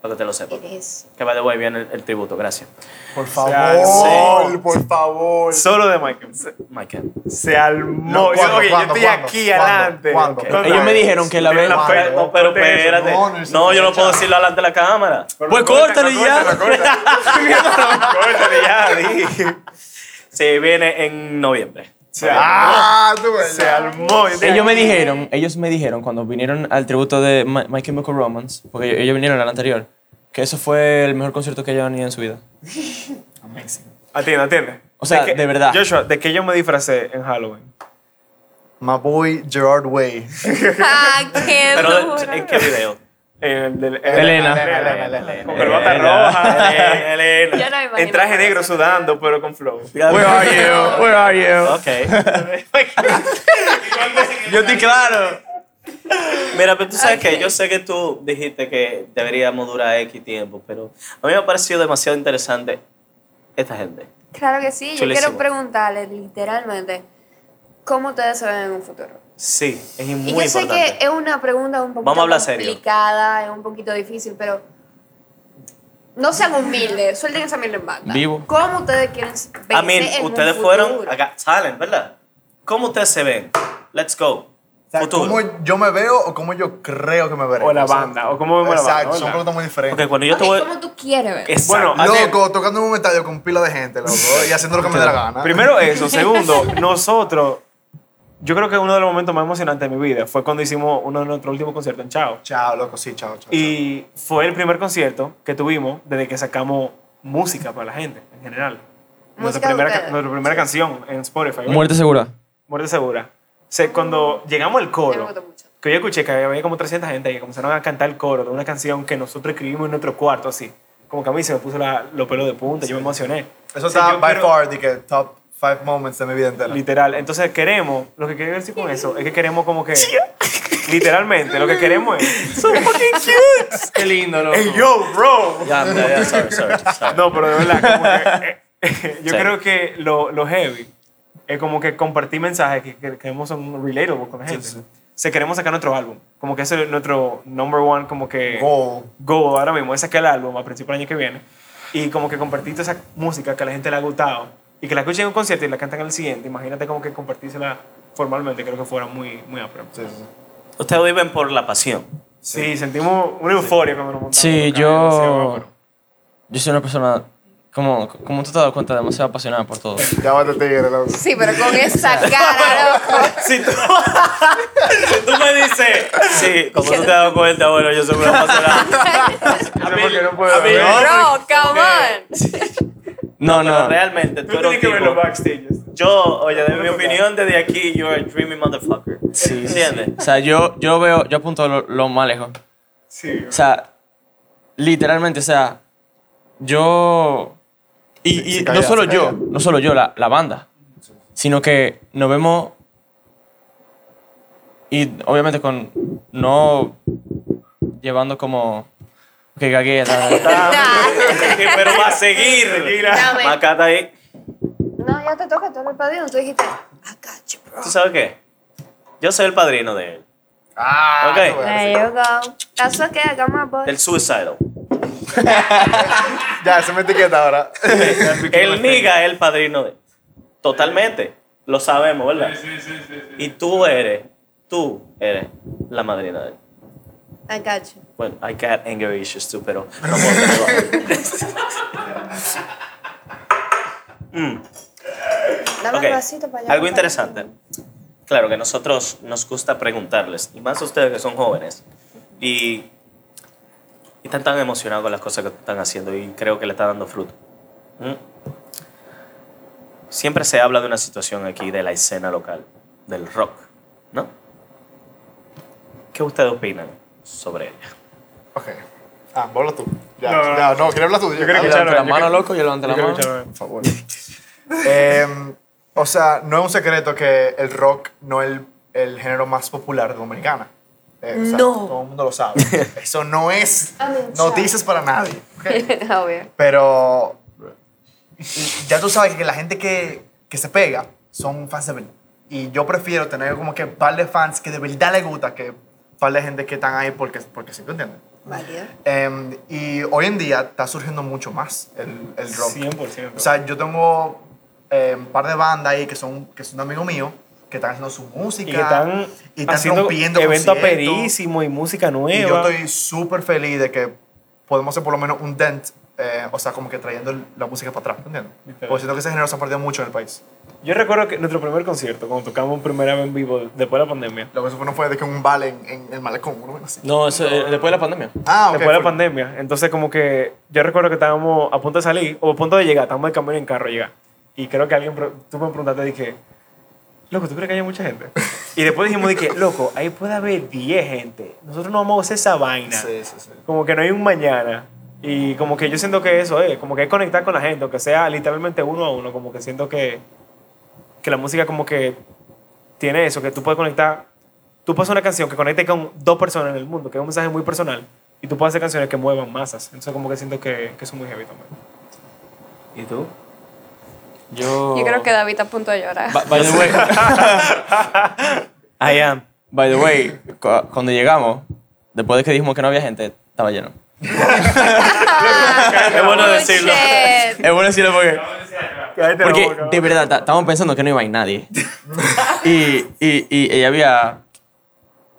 para que te lo sepas.
It is.
Que by the way, viene el, el tributo, gracias.
Por
favor,
favor, por favor.
Solo de Michael.
My Chem.
Se armó.
No, ¿cuándo,
Oye, yo
cuándo,
estoy
cuándo,
aquí
cuándo,
adelante.
cuándo?
Ok.
¿Cuándo?
Ellos me dijeron que la
Tiene
vez...
la fe-
No, pero
ponte eso.
espérate.
No, no, eso
No, yo no
está
puedo
hecho.
decirlo delante de la cámara.
Pues córtalo y ya.
Córtale
(laughs)
ya, di.
Se viene en noviembre.
Se
Ah, tú
armó, Se armó. Yo te-
Ellos me dijeron, ellos me dijeron cuando vinieron al tributo de My, My Chemical Romance, porque ellos, ellos vinieron al anterior, que eso fue el mejor concierto que ellos han ido en su vida.
Atiende, atiende.
O sea,
que-
de verdad.
Joshua, ¿de qué yo me disfracé en Halloween?
My boy Gerard Way.
(laughs)
Ah, qué
Pero
duro.
¿en qué video?
El de
Elena.
Elena, Elena, Elena.
Con corbata
Elena.
(laughs) roja. eh,
Elena, Elena.
Yo no me imagino
En traje
cómo
negro
se-
sudando, pero con flow.
Where are you? Where are you?
Ok.
Yo estoy claro.
Mira, pero tú sabes que yo sé que tú dijiste que deberíamos durar X tiempo, pero a mí me ha parecido demasiado interesante esta gente.
Claro que sí.
Chulísimo.
Yo quiero preguntarle literalmente cómo ustedes se ven en un futuro.
Sí, es muy
y yo sé
importante.
que eh, es una pregunta un poquito
Vamos a hablar serio.
complicada, es un poquito difícil, pero no sean humildes, suelten esa mierda en banda.
Vivo.
¿Cómo ustedes quieren verse
I mean,
en un
ustedes fueron
futuro?
acá, talent, ¿verdad? ¿Cómo ustedes se ven? Let's go.
O sea,
Futuro.
¿Cómo yo me veo o cómo yo creo que me veré?
O la
O sea,
banda, o cómo vemos la banda.
Exacto, son
¿verdad?
preguntas muy diferentes.
Porque cuando yo
Ok,
te voy.
¿Cómo tú quieres ver?
Exacto.
Bueno, Así es.
Loco, tocando en un estadio con pila de gente, loco, y haciendo lo que me dé la gana.
(laughs)
Primero eso. Segundo, nosotros... Yo creo que uno de los momentos más emocionantes de mi vida fue cuando hicimos uno de nuestros últimos conciertos en Chao.
Chao, loco, sí, chao, chao.
Y fue el primer concierto que tuvimos desde que sacamos música para la gente, en general.
Música
Nuestra
de
primera, ca-
ustedes.
nuestra primera canción en Spotify. ¿verdad?
Muerte segura.
Muerte segura. Se, cuando llegamos
Ya
al
me
coro,
gustó mucho.
que yo escuché que había como 300 gente y comenzaron a cantar el coro de una canción que nosotros escribimos en nuestro cuarto, así. Como que a mí se me puso la- los pelos de punta, yo me emocioné.
Eso
O sea,
está
yo
by
quiero-
far de que top 5 moments de mi vida entera.
Literal. Entonces queremos, lo que quiero decir con eso, es que queremos como que... literalmente, lo que queremos es...
Qué lindo, loco.
¡Hey, yo, bro!
Ya, ya, ya, sorry, sorry, sorry.
No, pero de verdad, como que, eh, yo
Sí.
creo que lo, lo heavy es como que compartir mensajes que, que creemos son relatable con la gente. Se queremos sacar nuestro álbum. Como que ese es nuestro number one, como que
Goal.
goal ahora mismo, es sacar el álbum a principios del año que viene. Y como que compartir toda esa música que a la gente le ha gustado y que la escuchen en un concierto y la cantan en el siguiente. Imagínate como que compartírsela formalmente, creo que fuera muy, muy apro.
Sí, sí, sí.
Ustedes viven por la pasión.
Sí, sentimos una euforia cuando nos montamos.
Sí,
acá, demasiado
yo...
apro.
Yo soy una persona, como, como tú te has dado cuenta, demasiado apasionada por todo.
Ya va a tigre, loco.
Sí, pero
(laughs)
con esa cara, loco.
Si tú, si (laughs) tú me dices, sí, como tú te has dado cuenta, bueno, yo soy una apasionada.
No sé por qué no puedo.
a mí-
¿no?
Bro, come on.
No,
Pero
no.
realmente, tú
Tú
eres
tienes
un
que ver los
tipo-
backstages.
Yo, oye, de mi opinión, desde aquí, you're a dreamy motherfucker.
Sí, sí, sí.
¿Entiendes?
O sea, yo, yo veo, yo apunto lo, lo más lejos.
Sí.
O sea, literalmente, o sea, yo... Y, y
Se
no
calla,
solo
se
yo,
calla.
no solo yo, la, la banda, sino que nos vemos... Y obviamente con... No llevando como... Que gagué,
(laughs)
¿sabes?
Nah.
(laughs) Pero va a seguir.
Seguirá.
Macata ahí.
No, ya te toca, tú eres el padrino. Tú dijiste, I got you, bro.
¿Tú sabes qué? Yo soy el padrino de él.
Ah,
Ok.
tú ves.
There you go. That's okay, I got my boy.
Del suicidal.
Ya, se me etiqueta
(laughs)
ahora.
El niga es el padrino de él. Totalmente. Lo sabemos, ¿verdad?
Sí, sí, sí, sí.
Y tú eres, tú eres la madrina de él.
I got you.
Bueno, I got anger issues too,
(laughs)
pero no puedo tenerlo. Mm.
Dame
Ok,
el vasito para allá.
Algo
para
interesante. Claro que nosotros nos gusta preguntarles, y más a ustedes que son jóvenes, y, y están tan emocionados con las cosas que están haciendo y creo que le está dando fruto. ¿Mm? Siempre se habla de una situación aquí de la escena local, del rock, ¿no? ¿Qué ustedes opinan sobre ella?
Ok. Ah, vos hablas tú. Ya,
No, no,
ya, no, quería hablar tú. Yo
quiero
Yo
escucharlo,
levanto la
yo
mano,
creo-
loco, yo levanto la
Yo quiero
mano.
escucharlo.
Por favor. Em, o sea, no es un secreto que el rock no es el, el género más popular de Dominicana. Eh, o sea,
No.
Todo el mundo lo sabe. Eso no es
Amén, chao.
noticias para nadie. ok.
(laughs) Obvio.
Pero y ya tú sabes que la gente que, que se pega son fans de verdad. Y yo prefiero tener como que un par de fans que de verdad les gusta que un par de gente que están ahí porque, porque sí, ¿tú entiendes?
Válido.
Em, y hoy en día está surgiendo mucho más el, el rock.
100%.
O sea, yo tengo eh, un par de bandas ahí que son, que son amigos míos, que están haciendo su música.
y que están,
y están
haciendo
rompiendo
evento
conciertos.
aperísimo y música nueva.
Y yo estoy súper feliz de que podemos hacer por lo menos un dent, eh, o sea, como que trayendo el- la música para atrás, ¿entiendes?
Literal.
Porque siento que ese género se ha perdido mucho en el país.
Yo recuerdo que nuestro primer concierto, cuando tocamos primera vez en vivo después de la pandemia,
Lo que eso fue no fue de que un vale en, en el malecón, una vaina así.
No, eso, eh, después de la pandemia.
Ah, ok.
después de la
full.
pandemia, entonces como que yo recuerdo que estábamos a punto de salir o a punto de llegar, estábamos de camino en carro llegar. Y creo que alguien, pre- tú me preguntaste, dije, loco, ¿tú crees que haya
(laughs)
mucha gente? Y después dijimos, dije, loco, ahí puede haber 10 gente. Nosotros no vamos a hacer esa vaina.
Sí, sí, sí.
Como que no hay un mañana. Y como que yo siento que eso es, como que es conectar con la gente, aunque sea literalmente uno a uno, como que siento que, que la música como que tiene eso, que tú puedes conectar, tú puedes hacer una canción que conecte con dos personas en el mundo, que es un mensaje muy personal, y tú puedes hacer canciones que muevan masas. Entonces como que siento que, que eso es muy heavy también.
¿Y tú?
Yo.
Oh.
Yo creo que David está a punto de llorar.
Ba-
(laughs)
by the way,
I am.
by the way, cu- cuando llegamos, después de que dijimos que no había gente, estaba lleno.
Es bueno
Oh,
decirlo.
shit.
(laughs)
Es bueno decirlo porque. Porque
boca,
de verdad, ta- estábamos pensando que no iba a ir nadie. y, y, y, y había.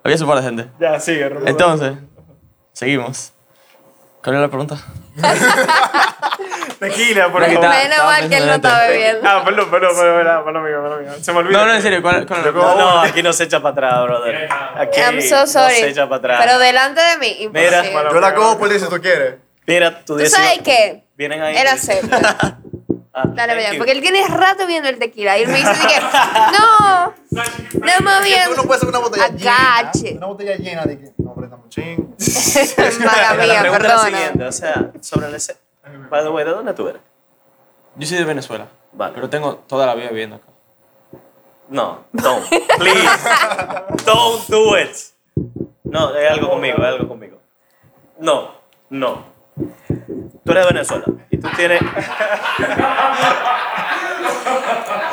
Había su par de gente.
Ya, sigue, Roberto.
Entonces, seguimos. ¿Cuál era la pregunta?
Tequila, por
Una
favor.
guitarra.
Menos
estaba
mal que él no
pensando en
está
esto.
bebiendo.
Ah, perdón, perdón, perdón, perdón, perdón, amigo, perdón, amigo. Se me olvidó.
No, no, en serio, ¿cuál, cuál era la
No,
pregunta?
no, aquí no se echa para atrás, brother. Aquí
I'm so
no
sorry.
se echa para atrás.
Pero delante de mí,
Mira,
imposible.
bueno,
Yo la cojo por si tú quieres.
Mira, tu
¿Tú sabes
18.
qué?
Vienen ahí.
Él acepta.
Ah,
Dale,
thank
bella.
you.
Porque él tiene rato viendo el tequila. Y él me dice
(laughs)
que, no, no me
Tú no puedes hacer una botella llena.
Agache.
Una botella llena de que. No, pero está muy ching.
Mala
Mira, la
mía,
pregunta es la siguiente,
perdona.
o sea, sobre el ese. By the way, ¿de dónde tú eres?
Yo soy de Venezuela.
Vale.
Pero tengo toda la vida viviendo acá.
No, don't.
(laughs)
Please. Don't do it. No, hay algo conmigo, hay algo conmigo. No, no. Tú eres de Venezuela y tú tienes.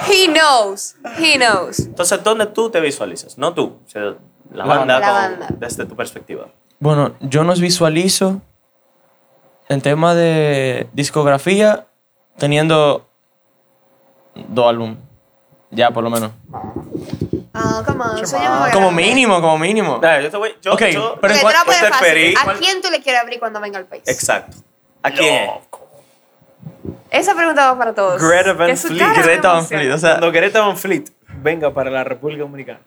He knows. He knows.
Entonces, ¿dónde tú te visualizas? No tú, o sea, la,
La
banda,
La
banda.
con-
banda.
desde tu perspectiva.
Bueno, yo nos visualizo en tema de discografía teniendo dos álbumes. Ya, por lo menos.
Ah, come on. Soy yo muy
Como
grande.
mínimo, como mínimo.
Dale, yo te voy. Yo,
Ok,
yo-
pero en este
Ok,
cuál-
te la voy a poner
Mr.
fácil.
Ferry.
¿A quién tú le quieres abrir cuando venga al país?
Exacto. ¿A quién?
Esa pregunta va para todos.
Greta Van
Que su
Fleet.
cara me
Greta Van
emociona.
Fleet, o sea,
Cuando Greta Van Fleet venga para la República Dominicana.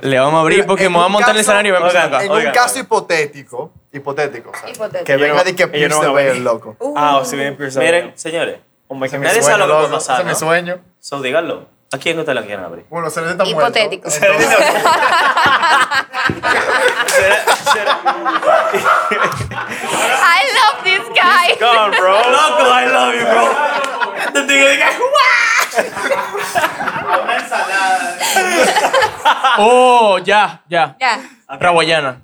le vamos a abrir porque
En
me va a
un
montar el
caso-
escenario y va a empezar
Oigan,
(laughs) acá.
En
oigan,
un caso
oigan.
hipotético, hipotético, o sea,
Hipotético.
que venga
no-
de que
ellos no
Pierce
van
the
a
Veil,
venir.
loco.
Uh,
Ah, o si viene Pierce
Miren, señores,
Oh my God.
Ese es mi
nadie sabe lo
sueño,
que puede
loco,
pasar,
Ese es mi
¿no?
sueño.
so díganlo. ¿A quién ustedes la quieren abrir?
Bueno, Celine está muerto.
Hipotético.
entonces-
¿Será, será?
I love this guy.
Gone, bro.
Loco, I love you, bro. Te digo, diga,
Oh, ya, ya.
(laughs) Ya.
Raguayana.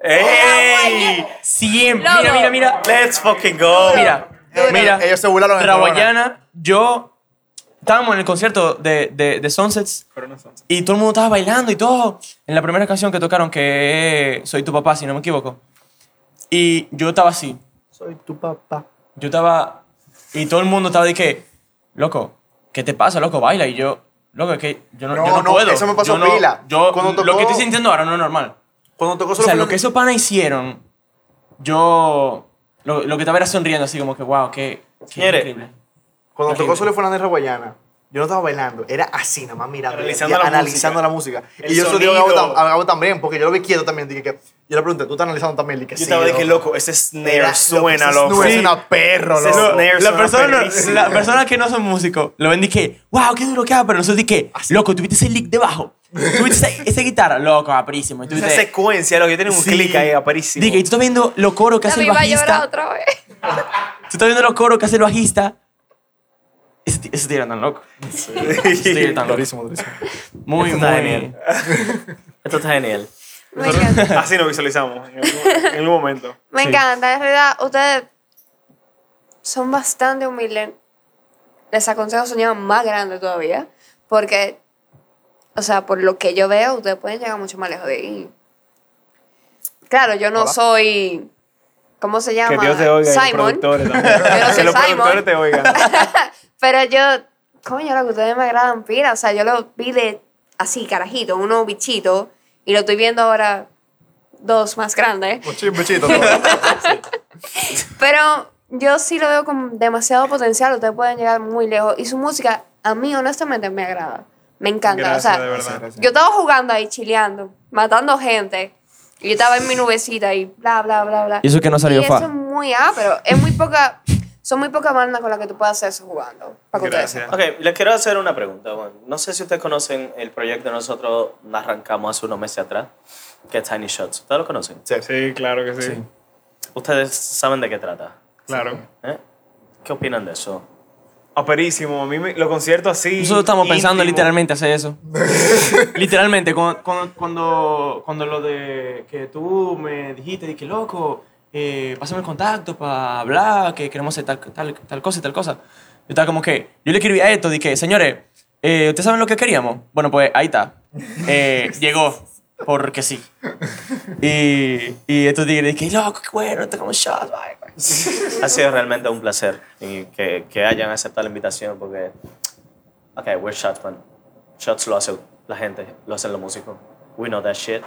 ¡Ey!
Siempre.
Loco.
Mira, mira, mira.
Let's fucking go.
Mira,
(laughs) Ellos-
mira.
Ellos se burlaron de
Raguayana, yo. Estábamos en el concierto de, de, de Sunsets y todo el mundo estaba bailando y todo. En la primera canción que tocaron, que es Soy tu papá, si no me equivoco. Y yo estaba así.
Soy tu papá.
Yo estaba. Y todo el mundo estaba de que, loco, ¿qué te pasa, loco? Baila. Y yo, loco, es que yo no,
No,
yo no
no,
puedo.
eso me pasó
yo no-
pila.
yo-
Cuando
Lo
tocó-
que estoy sintiendo ahora no es normal.
Cuando tocó
O
solo
sea,
Fernando-
lo que esos panas hicieron, yo. Lo, lo que estaba era sonriendo, así como que, wow, qué, qué
Señores.
increíble.
Cuando
Horrible.
tocó Sole Fernández Raguayana, Yo no estaba bailando, era así, nada más mirando,
Analizando
y
la
analizando
música.
la música.
El
y yo se lo digo a Gabo,
sonido.
tam- a Gabo también, porque yo lo vi quieto también. Dije que, yo le pregunté, ¿tú estás analizando también? Dije,
Yo
sí,
estaba de que loco, ese
Era-
snare suena
ese
loco.
snare
Sí.
suena perro,
Ese
loco.
snare
La
suena
persona,
perrísimo.
la persona que no son músicos lo ven y que, wow, qué duro que va, pero nosotros di que, loco, tuviste ese lick debajo, tuviste esa, esa guitarra, loco, aprísimo. Y
Esa
tuviste,
secuencia, lo que tiene un
Sí.
clic
Eh,
ahí, aparísimo.
di que, y tú estás viendo los coros que
La
hace el
viva llora
bajista, tú
otra vez.
estás viendo los coros que hace el bajista. Ese, ti- ese tío era tan loco. Ese tío era tan loco.
Durísimo, durísimo.
Muy,
Esto está
muy.
genial. Esto está genial.
Me encanta.
Así nos visualizamos en algún- en
(laughs)
algún momento.
Me
Sí.
encanta, en realidad ustedes son bastante humildes. Les aconsejo soñar más grande todavía, porque, o sea, por lo que yo veo, ustedes pueden llegar mucho más lejos de ahí. Claro, yo no soy, ¿cómo se llama?
Que Dios te oiga y los
Simon. (laughs)
productores también.
Pero
que
soy
los productores
Simon.
te oigan.
Pero yo, coño, lo que ustedes me agradan, pila. O sea, yo lo vi de así, carajito, uno bichito, y lo estoy viendo ahora dos más grandes.
Muchito, muchito.
(laughs)
todo.
Pero yo sí lo veo con demasiado potencial. Ustedes pueden llegar muy lejos. Y su música, a mí, honestamente, me agrada. Me encanta.
Gracias,
o
de
sea,
verdad.
yo estaba jugando ahí, chileando, matando gente. Y yo estaba en mi nubecita y bla, bla, bla, bla.
Y eso que no salió
Y eso
fa.
es muy ah, pero es muy poca. Son muy pocas bandas con las que tú puedes hacer eso jugando. Para que ustedes
Gracias.
Ok, les quiero hacer una pregunta. Bueno, no sé si ustedes conocen el proyecto que nosotros arrancamos hace unos meses atrás, que es Tiny Shots. ¿Ustedes lo conocen?
Sí, sí.
Sí, claro que sí.
Sí.
¿Ustedes saben de qué trata?
Claro.
¿Eh? ¿Qué opinan de eso?
Aperísimo. A mí me, los conciertos así.
Nosotros estamos pensando
íntimos.
literalmente hacer eso. literalmente, cuando, cuando, cuando, cuando lo de que tú me dijiste, dije, loco, eh, pásame el contacto para hablar, que queremos hacer tal, tal, tal cosa y tal cosa. Yo estaba como que, yo le escribí a esto, dije, señores, eh, ¿ustedes saben lo que queríamos? Bueno, pues ahí está. Eh, llegó, porque sí. Y, y estos tigres dije, loco, qué bueno, esto como shot, bye, bye".
Ha sido realmente un placer y que, que hayan aceptado la invitación porque, ok, we're shots, man. Shots lo hace la gente, lo hacen los músicos. We know that shit.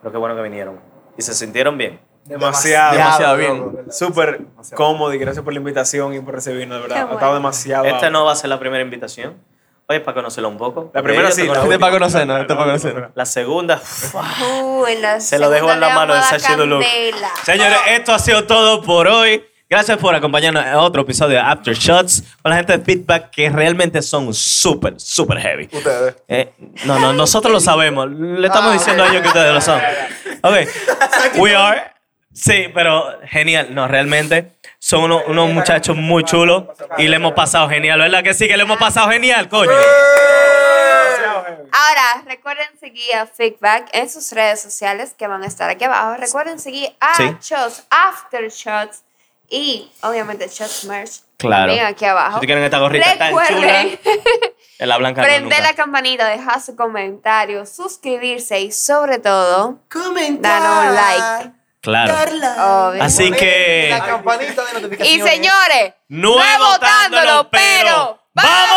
Pero qué bueno que vinieron. Y se sintieron bien.
Demasiado.
Demasiado
loco.
bien.
Súper cómodo y gracias por la invitación y por recibirnos, de verdad.
Qué
Ha estado
bueno.
demasiado.
Esta Este no va a ser la primera invitación. Oye, para conocerlo un poco.
La primera
Ellos te
sí,
conocen.
Este es para conocernos, este es para conocernos.
La segunda.
Uh, en la
Se lo dejo en
segunda
la mano de
llamada
Sachi Lulu.
Candela.
Señores, esto ha sido todo por hoy. Gracias por acompañarnos en otro episodio de After Shots con la gente de Feedback que realmente son súper, súper heavy.
Ustedes.
Eh, no, no, nosotros lo sabemos. Le estamos
Ah,
diciendo a ellos que ustedes lo son. Ok. We are. Sí, pero genial. No, realmente son unos, unos muchachos muy chulos y le hemos pasado genial, ¿verdad? Que sí, que le hemos pasado genial, coño.
Demasiado heavy.
Ahora, recuerden seguir a Feedback en sus redes sociales que van a estar aquí abajo. Recuerden seguir a
Sí.
Shots, After Shots y obviamente Shots Merch.
Claro.
También aquí abajo.
Si tú quieren esta gorrita tan
(laughs)
chula,
Recuerden
en la blanca no,
prender
nunca.
la campanita, dejar su comentario, suscribirse y sobre todo,
Comentar.
Danos like.
Claro.
obvio.
Así que.
Eh. La campanita de notificaciones.
Y señores,
No
no es
votándolo,
votándolo,
pero
pero
¡vamos!